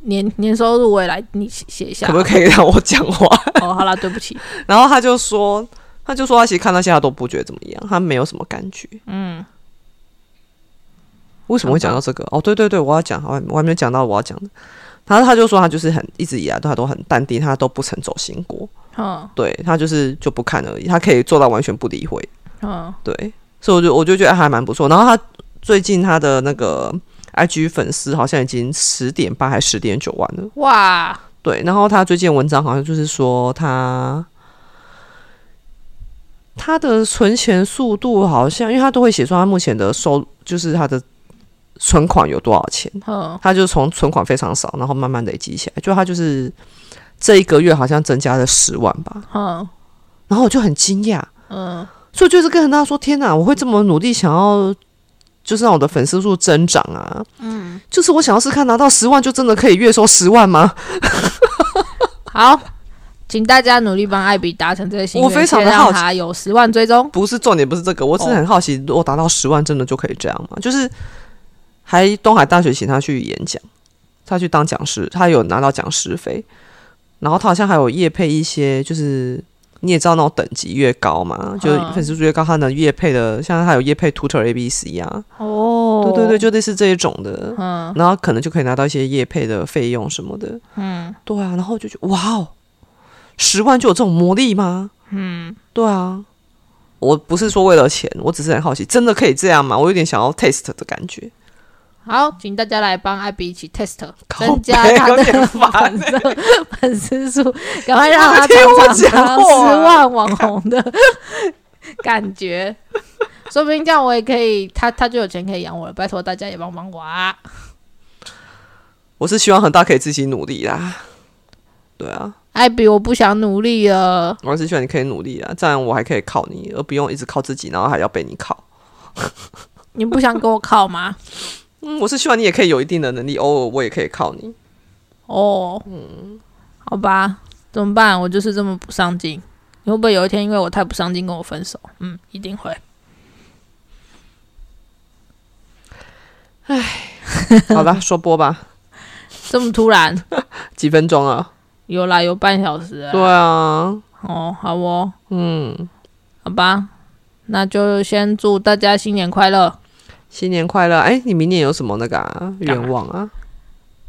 S1: 年年收入，我也来你写写一下。
S2: 可不可以让我讲话？
S1: 哦，好啦，对不起。
S2: 然后他就说，他就说他其实看那些他都不觉得怎么样，他没有什么感觉。
S1: 嗯，
S2: 为什么会讲到这个？哦，对对对，我要讲，我还我还没有讲到我要讲的。然后他就说他就是很一直以来都他都很淡定，他都不曾走心过，
S1: 嗯
S2: 对他就是就不看而已，他可以做到完全不理会，
S1: 嗯
S2: 对，所以我就我就觉得还蛮不错。然后他最近他的那个 IG 粉丝好像已经十点八还十点九万了，
S1: 哇，
S2: 对，然后他最近的文章好像就是说他他的存钱速度好像，因为他都会写说他目前的收就是他的存款有多少钱，
S1: 嗯
S2: 他就从存款非常少，然后慢慢累积起来，就他就是这一个月好像增加了十万吧，
S1: 嗯
S2: 然后我就很惊讶，
S1: 嗯
S2: 所以我就是跟大家说，天哪，我会这么努力想要。就是让我的粉丝数增长啊！
S1: 嗯，
S2: 就是我想要是看拿到十万，就真的可以月收十万吗？
S1: 好。请大家努力帮艾比达成这个心愿，
S2: 我非常地
S1: 且
S2: 好
S1: 让
S2: 奇
S1: 他有十万追踪。
S2: 不是重点，不是这个，我只是很好奇，如果达到十万，真的就可以这样吗？就是还东海大学请他去演讲，他去当讲师，他有拿到讲师费，然后他好像还有业配一些，就是你也知道那种等级越高嘛，就是
S1: 嗯
S2: 粉丝数越高，他能业配的，像他有业配 Tutor A B C 啊，
S1: 哦
S2: 对对对，，就类似这一种的，
S1: 嗯
S2: 然后可能就可以拿到一些业配的费用什么的，
S1: 嗯
S2: 对啊，然后我就觉得哇哦，十万就有这种魔力吗？
S1: 嗯，
S2: 对啊，我不是说为了钱，我只是很好奇，真的可以这样吗？我有点想要 test 的感觉。
S1: 好，请大家来帮艾比一起 test，
S2: 靠
S1: 增加
S2: 北
S1: 他
S2: 有
S1: 的
S2: 点烦欸
S1: 粉丝 粉丝数，赶快让
S2: 你
S1: 他
S2: 听我
S1: 尝尝
S2: 讲
S1: 当
S2: 话
S1: 十万网红的感觉。说不定这样我也可以，他他就有钱可以养我了。拜托大家也帮帮我啊！
S2: 我是希望恒大可以自己努力啦。对啊，
S1: 艾比，我不想努力了。
S2: 我还是希望你可以努力啊，这样我还可以靠你，而不用一直靠自己，然后还要被你靠。
S1: 你不想跟我靠 吗？
S2: 嗯，我是希望你也可以有一定的能力，偶尔我也可以靠你。
S1: 哦，嗯，好吧，怎么办？我就是这么不上进。你会不会有一天因为我太不上进跟我分手？嗯，一定会。
S2: 好啦，说播吧，
S1: 这么突然，
S2: 几分钟啊？
S1: 有啦，有半小时了。
S2: 对啊，
S1: 哦，好哦，
S2: 嗯，
S1: 好吧，那就先祝大家新年快乐。
S2: 新年快乐！哎，你明年有什么那个啊愿望啊？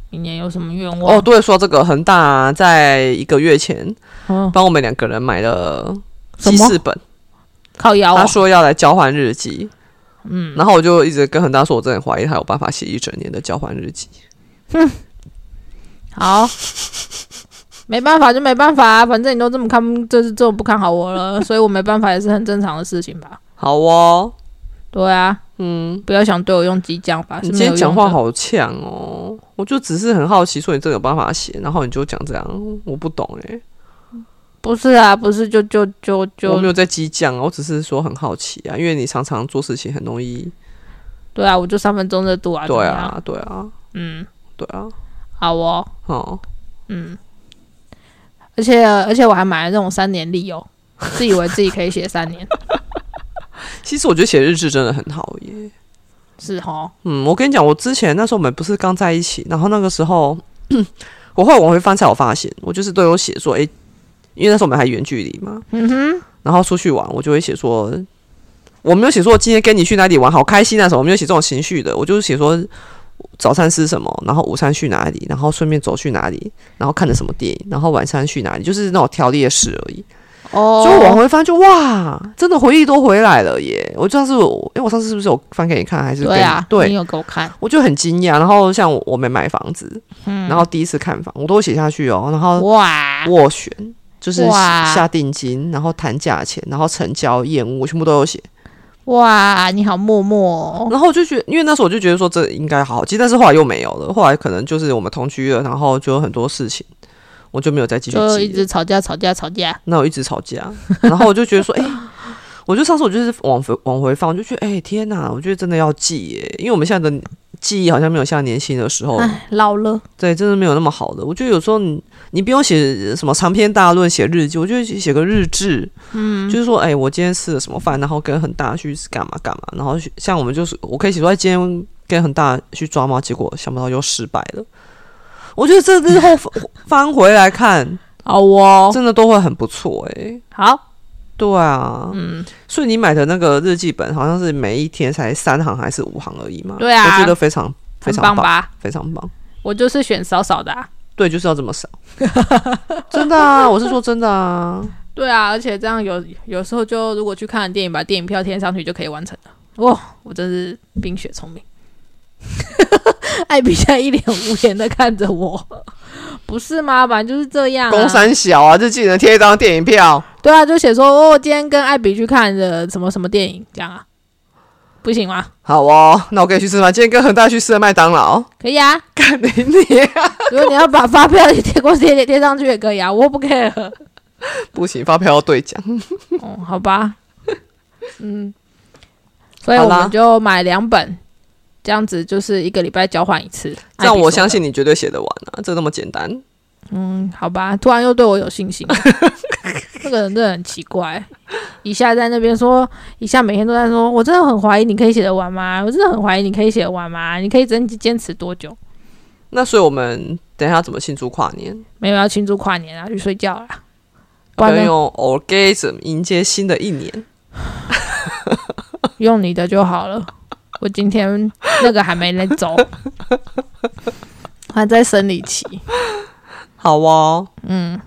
S1: 明年有什么愿望？
S2: 哦，对，说这个恒大啊在一个月前
S1: 嗯，
S2: 帮我们两个人买了
S1: 什
S2: 记
S1: 么
S2: 事本。
S1: 靠腰、
S2: 他
S1: 哦。
S2: 说要来交换日记，
S1: 嗯，
S2: 然后我就一直跟恒大说，我真的很怀疑他有办法写一整年的交换日记。啊
S1: 好， 没办法就没办法、啊，反正你都这么看，就是这么不看好我 了，所以我没办法也是很正常的事情吧。
S2: 好哦，
S1: 对啊，
S2: 嗯，
S1: 不要想对我用激将法，
S2: 你
S1: 啊是
S2: 今
S1: 没有
S2: 天
S1: 用
S2: 讲话
S1: 的。
S2: 好呛哦，我就只是很好奇，说你真的有办法写，然后你就讲这样，我不懂哎、
S1: 不是啊，不是就就就
S2: 我
S1: 就
S2: 没有在激将啊，我只是说很好奇啊，因为你常常做事情很容易，
S1: 对啊，我就三分钟热度啊。怎
S2: 对
S1: 么样，
S2: 啊，对啊，
S1: 嗯，
S2: 对啊，
S1: 好哦，
S2: 哦，
S1: 嗯，而且而且我还买了那种三年历哦，自以为自己可以写三 年，
S2: 其实我觉得写日志真的很好耶，
S1: 是哦，
S2: 嗯，我跟你讲，我之前那时候我们不是刚在一 起，然后那个时候我后来往回翻才有发现，我就是都有写说，诶，因为那时候我们还远距离嘛，
S1: 嗯哼，
S2: 然后出去玩，我就会写说，我没有写说今天跟你去哪里玩，好开心啊什么，我没有写这种情绪的，我就是写说早餐吃什么，然后午餐去哪里，然后顺便走去哪里，然后看了什么电影，然后晚餐去哪里，就是那种条列式而已。
S1: 哦，
S2: 所以我往回翻就哇，真的回忆都回来了耶！我上次我，哎、我上次是不是有翻给你看，还是
S1: 对啊，
S2: 给你
S1: 你
S2: 对，
S1: 有给我看，
S2: 我就很惊讶。然后像我我没买房子，然后第一次看房，我都会写下去哦。然后
S1: 嗯哇，
S2: 斡旋就是
S1: 哇
S2: 下定金，然后谈价钱，然后成交验屋，我全部都有写。
S1: 哇，你好默默、哦，
S2: 然后我就觉得，因为那时候我就觉得说这应该好好记，但是后来又没有了。后来可能就是我们同居了，然后就有很多事情，我就没有再继续
S1: 就
S2: 记
S1: 一
S2: 了。
S1: 直吵架吵架吵架，
S2: 那我一直吵架， 然后我就觉得说，哎、我就上次我就是往回往回放，我就觉得，哎、天哪，我觉得真的要记耶，因为我们现在的记忆好像没有像年轻的时候，
S1: 哎，老了，
S2: 对，真的没有那么好的。我觉得有时候你你不用写什么长篇大论，写日记，我觉得写个日志，嗯，就是说，哎、我今天吃了什么饭，然后跟很大去干嘛干嘛，然后去像我们就是，我可以写出来今天跟很大去抓猫，结果想不到又失败了。我觉得这之后翻回来看，
S1: 好哦，
S2: 真的都会很不错哎、
S1: 好，
S2: 对啊，
S1: 嗯，
S2: 所以你买的那个日记本好像是每一天才三行还是五行而已嘛？
S1: 对啊
S2: 我觉得非常非
S1: 很
S2: 常
S1: 棒吧？
S2: 非常棒。
S1: 我就是选少少的、啊，
S2: 对，就是要这 么少，真的啊，我是说真的啊。
S1: 对啊，而且这样有有时候就如果去看电影，把电影票填上去就可以完成了。哇，我真是冰雪聪明。 艾比现在一脸无言的看着我，不是吗？反正就是这样、
S2: 公
S1: 啊。
S2: 三小啊，日记能贴一张电影票，
S1: 对啊，就写说哦，今天跟艾比去看的什么什么电影，这样啊，不行吗？
S2: 好哦，那我可以去吃饭。今天跟恒大去吃了麦当劳，
S1: 可以啊，
S2: 干你你、
S1: 如果你要把发票也贴过贴贴贴上去也可以啊，我不 care。
S2: 不行，发票要兑奖。
S1: 哦，好吧，嗯，所以
S2: 好
S1: 我
S2: 啦
S1: 们就买两本，这样子就是一个礼拜交换一次。
S2: 这样
S1: 艾比
S2: 我
S1: 说
S2: 相
S1: 的，
S2: 信你绝对写得完啊，这那么简单。
S1: 嗯，好吧，突然又对我有信心， 这个人真的很奇怪。一下在那边说，一下每天都在说，我真的很怀疑你可以写得完吗？我真的很怀疑你可以写得完吗？你可以真坚持多久？
S2: 那所以我们等一下要怎么庆祝跨年？
S1: 没有要庆祝跨年啊，去睡觉啦。不
S2: 要
S1: 然呢
S2: 用 orgasm 迎接新的一年。
S1: 用你的就好了。我今天那个还没来走， 还在生理期。
S2: 好哦，
S1: 嗯，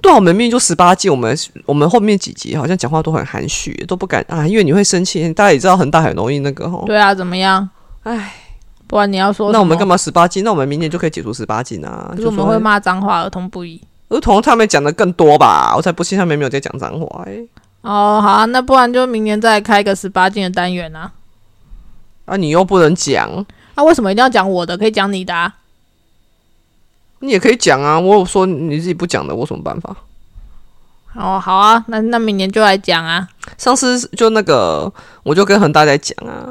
S2: 对啊，我们明明就十八季，我们我们后面几集好像讲话都很含蓄，都不敢啊，因为你会生气。大家也知道恒大很容易那个吼。
S1: 对啊，怎么样？
S2: 唉，
S1: 不然你要说
S2: 那我们干
S1: 嘛？
S2: 嘛十八禁？那我们明年就可以解除十八禁啊！
S1: 可是
S2: 就
S1: 我们会
S2: 说
S1: 骂脏话，儿童不宜。
S2: 儿童他们讲的更多吧？我才不信他们没有在讲脏话哎、
S1: 哦，好啊，那不然就明年再开个十八禁的单元啊。
S2: 啊，你又不能讲，
S1: 那、为什么一定要讲我的？可以讲你的啊。
S2: 你也可以讲啊。我有说你自己不讲的，我有什么办法？
S1: 哦，好啊，那那明年就来讲啊。
S2: 上次就那个，我就跟恒大在讲啊，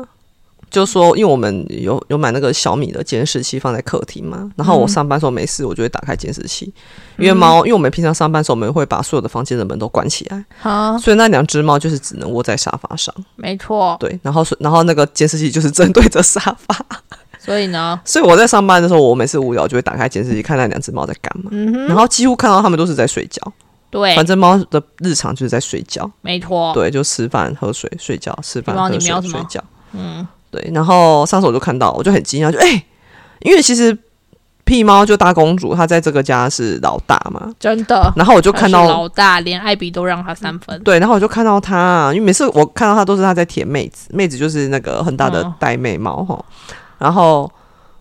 S2: 就说因为我们有有买那个小米的监视器放在客厅嘛，然
S1: 嗯
S2: 后我上班时候没事，我就会打开监视器，因为猫，因为我们平常上班时候我们会把所有的房间的门都关起来，
S1: 好、
S2: 所以那两只猫就是只能窝在沙发上，
S1: 没错。
S2: 对，然后是然后那个监视器就是针对着沙发，
S1: 所以呢，
S2: 所以我在上班的时候，我每次无聊就会打开监视器看那两只猫在干嘛，
S1: 嗯哼，哎
S2: 然后几乎看到它们都是在睡觉，
S1: 对
S2: 反，正猫的日常就是在睡觉。
S1: 没错。
S2: 对，就吃饭、喝水、睡觉，吃饭、
S1: 比方
S2: 喝
S1: 哦你
S2: 水
S1: 瞄、什
S2: 睡
S1: 么
S2: 觉。
S1: 嗯，
S2: 对，然后上次我就看到，我就很惊讶，就哎、因为其实屁猫就大公主，她在这个家是老大嘛，
S1: 真的。
S2: 然后我就
S1: 就
S2: 看到，
S1: 哦老大，连艾比都让他三分。
S2: 对，然后我就看到她，啊因为每次我看到她都是她在舔妹子，妹子就是那个很大的
S1: 嗯
S2: 呆妹猫哈，然后。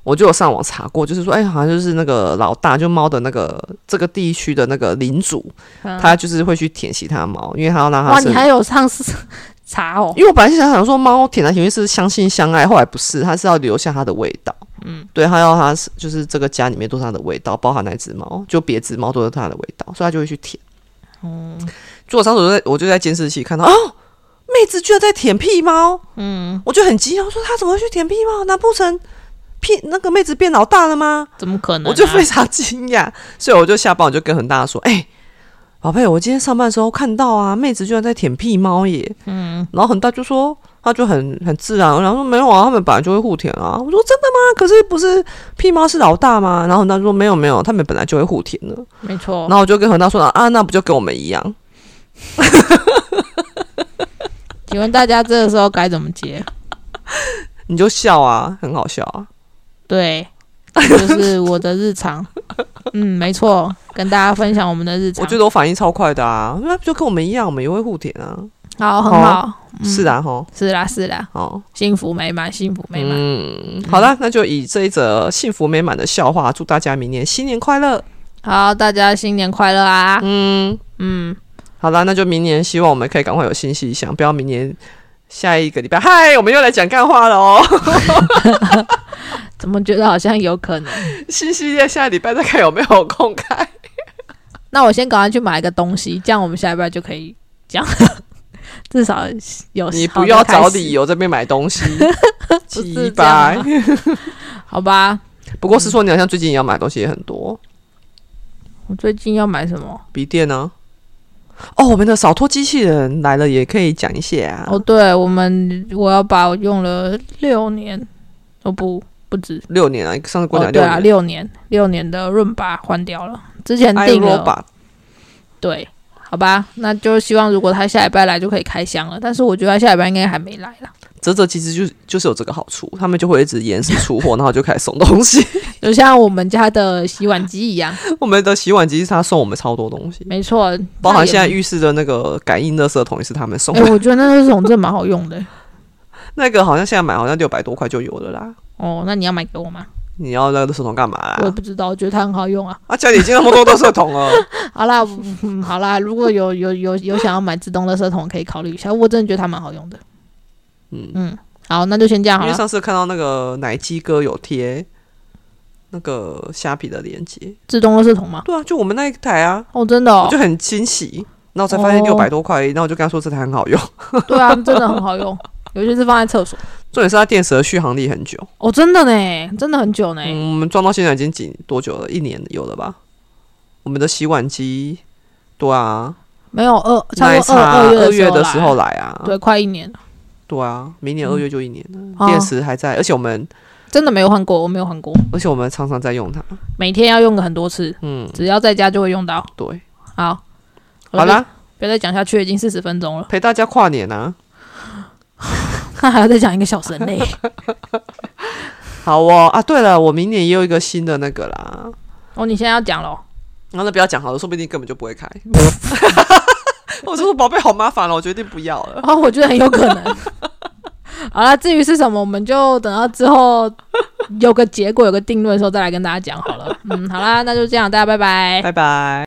S2: 我就有上网查过，就是说，哎、好像就是那个老大，就猫的那个这个地区的那个领主，
S1: 嗯
S2: 他就是会去舔其他猫，因为他要让它
S1: 哇，
S2: 生
S1: 你还有上次 查哦？
S2: 因为我本来是想想说，猫舔来舔去是相亲相爱，后来不是，它是要留下它的味道。嗯，对，它要它是就是这个家里面都是它的味道，包含那只猫，就别只猫都是它的味道，所以它就会去舔。
S1: 哦
S2: 嗯，就我上次我就在我就在监视器看到，哦，妹子居然在舔屁猫，
S1: 嗯，
S2: 我就很惊讶，我说她怎么会去舔屁猫？难不成屁那个妹子变老大了吗？
S1: 怎么可能、啊
S2: 我就非常惊讶， 所以我就下班我就跟恒大说：“哎、宝贝，我今天上班的时候看到啊，妹子居然在舔屁猫耶。”嗯，然后恒大就说：“他就很很自然，然后说没有啊，他们本来就会互舔啊。我说真的吗？可是不是屁猫是老大吗？然后他说没有没有，他们本来就会互舔的。
S1: 没错
S2: 然。后我就跟恒大说啊，那不就跟我们一样？
S1: 请问大家这个时候该怎么接？
S2: 你就笑啊，很好笑啊。
S1: 对，就是我的日 常。嗯，没错，跟大家分享我们的日常。
S2: 我觉得我反应超快的啊，那不就跟我们一样，我们也会互舔啊。
S1: 好，很
S2: 哦
S1: 好。
S2: 是的哈，
S1: 是啦，是啦，
S2: 哦，
S1: 幸福美满，幸福美满。
S2: 嗯，好了，那就以这一则幸福美满的笑话，祝大家明年新年快乐。
S1: 好，大家新年快乐啊！
S2: 嗯，
S1: 嗯，
S2: 好啦，那就明年希望我们可以赶快有新气象，不要明年下一个礼拜，嗨，我们又来讲干话了哦。
S1: 怎么觉得好像有可能？
S2: 新系列下礼拜再看有没有空 开。
S1: 那我先赶快去买一个东西，这样我们下一拜就可以讲， 至少有
S2: 你不要找理
S1: 由，
S2: 由这边买东西，
S1: 不
S2: 几
S1: 是这
S2: 百
S1: 样。吗好吧？
S2: 不过是说你好像最近也要买东西也很多，
S1: 我最近要买什么？
S2: 笔电呢、哦，我们的扫拖机器人来了，也可以讲一下啊。
S1: 哦，对，我们我要把我用了六年，哦不不止，
S2: 六年啊，上次过
S1: 哦
S2: 讲
S1: 对
S2: 六
S1: 啊，六
S2: 年。
S1: 年六年的润吧换掉了，之前
S2: i
S1: 定
S2: r o
S1: 了，
S2: b
S1: 对，好吧，那就希望如果他下礼拜来就可以开箱了，但是我觉得他下礼拜应该还没来啦，
S2: 泽泽其实就是就是有这个好处，他们就会一直延时 出货，然后就开始送东西。
S1: 就像我们家的洗碗机一样，
S2: 我们的洗碗机是他送我们超多东西，
S1: 没错，
S2: 包
S1: 那
S2: 含
S1: 也
S2: 现在浴室的那个感应热色桶也是他们送
S1: 哎、
S2: 的。
S1: 我觉得那热水桶真的蛮好用的。
S2: 那个好像现在买好像六百多块就有了啦。
S1: 哦，那你要买给我吗？
S2: 你要那个热色桶干嘛
S1: 我也
S2: 啦？
S1: 不知道，我觉得它很好用啊。
S2: 啊，家里已经那么多热色桶 了，
S1: 好啦，嗯、好啦，如果有有有有想要买自动垃圾桶，可以考虑一下。我真的觉得它蛮好用的。
S2: 嗯
S1: 嗯，好，那就先这样好啊
S2: 因为
S1: 了。
S2: 上次看到那个奶鸡哥有贴那个虾皮的链接，
S1: 自动垃圾桶吗？
S2: 对啊，就我们那一台啊，
S1: 哦，真的
S2: 我
S1: 哦
S2: 就，很惊喜。然后才发现
S1: 哦
S2: 六百多块，然后我就跟他说这台很好用，
S1: 对啊，真的很好 用，尤其是放在厕所。
S2: 重点是它电池的续航力很久。
S1: 哦，真的呢，真的很久呢。
S2: 嗯，我们装到现在已经几多久了？一年有了吧？我们的洗碗机，对啊，
S1: 没有二，差
S2: 奶
S1: 不多
S2: 茶
S1: 二
S2: 二
S1: 月
S2: 的
S1: 时
S2: 时
S1: 候
S2: 候
S1: 来，
S2: 来啊，
S1: 对，快一年了。
S2: 对啊，明年二月就一年了，
S1: 哦
S2: 电池还在，而且我们
S1: 真的没有换过，我没有换过，
S2: 而且我们常常在用它，
S1: 每天要用个很多次，
S2: 嗯，
S1: 只要在家就会用到。
S2: 对，
S1: 好，
S2: 好啦，，
S1: 不要再讲下去，已经四十分钟了。
S2: 陪大家跨年啊，
S1: 那还要再讲一个小时 很累。
S2: 好哦啊，对了，我明年也有一个新的那个啦，
S1: 哦，你现在要讲喽？
S2: 然后那不要讲好了，说不定根本就不会开。 我就说宝贝好麻烦了，我决定不要了。
S1: 哦，我觉得很有可能。好了，至于是什么，我们就等到之后有个结果、有个定论的时候再来跟大家讲好了。嗯，好啦，那就这样，大家拜拜。
S2: 拜拜。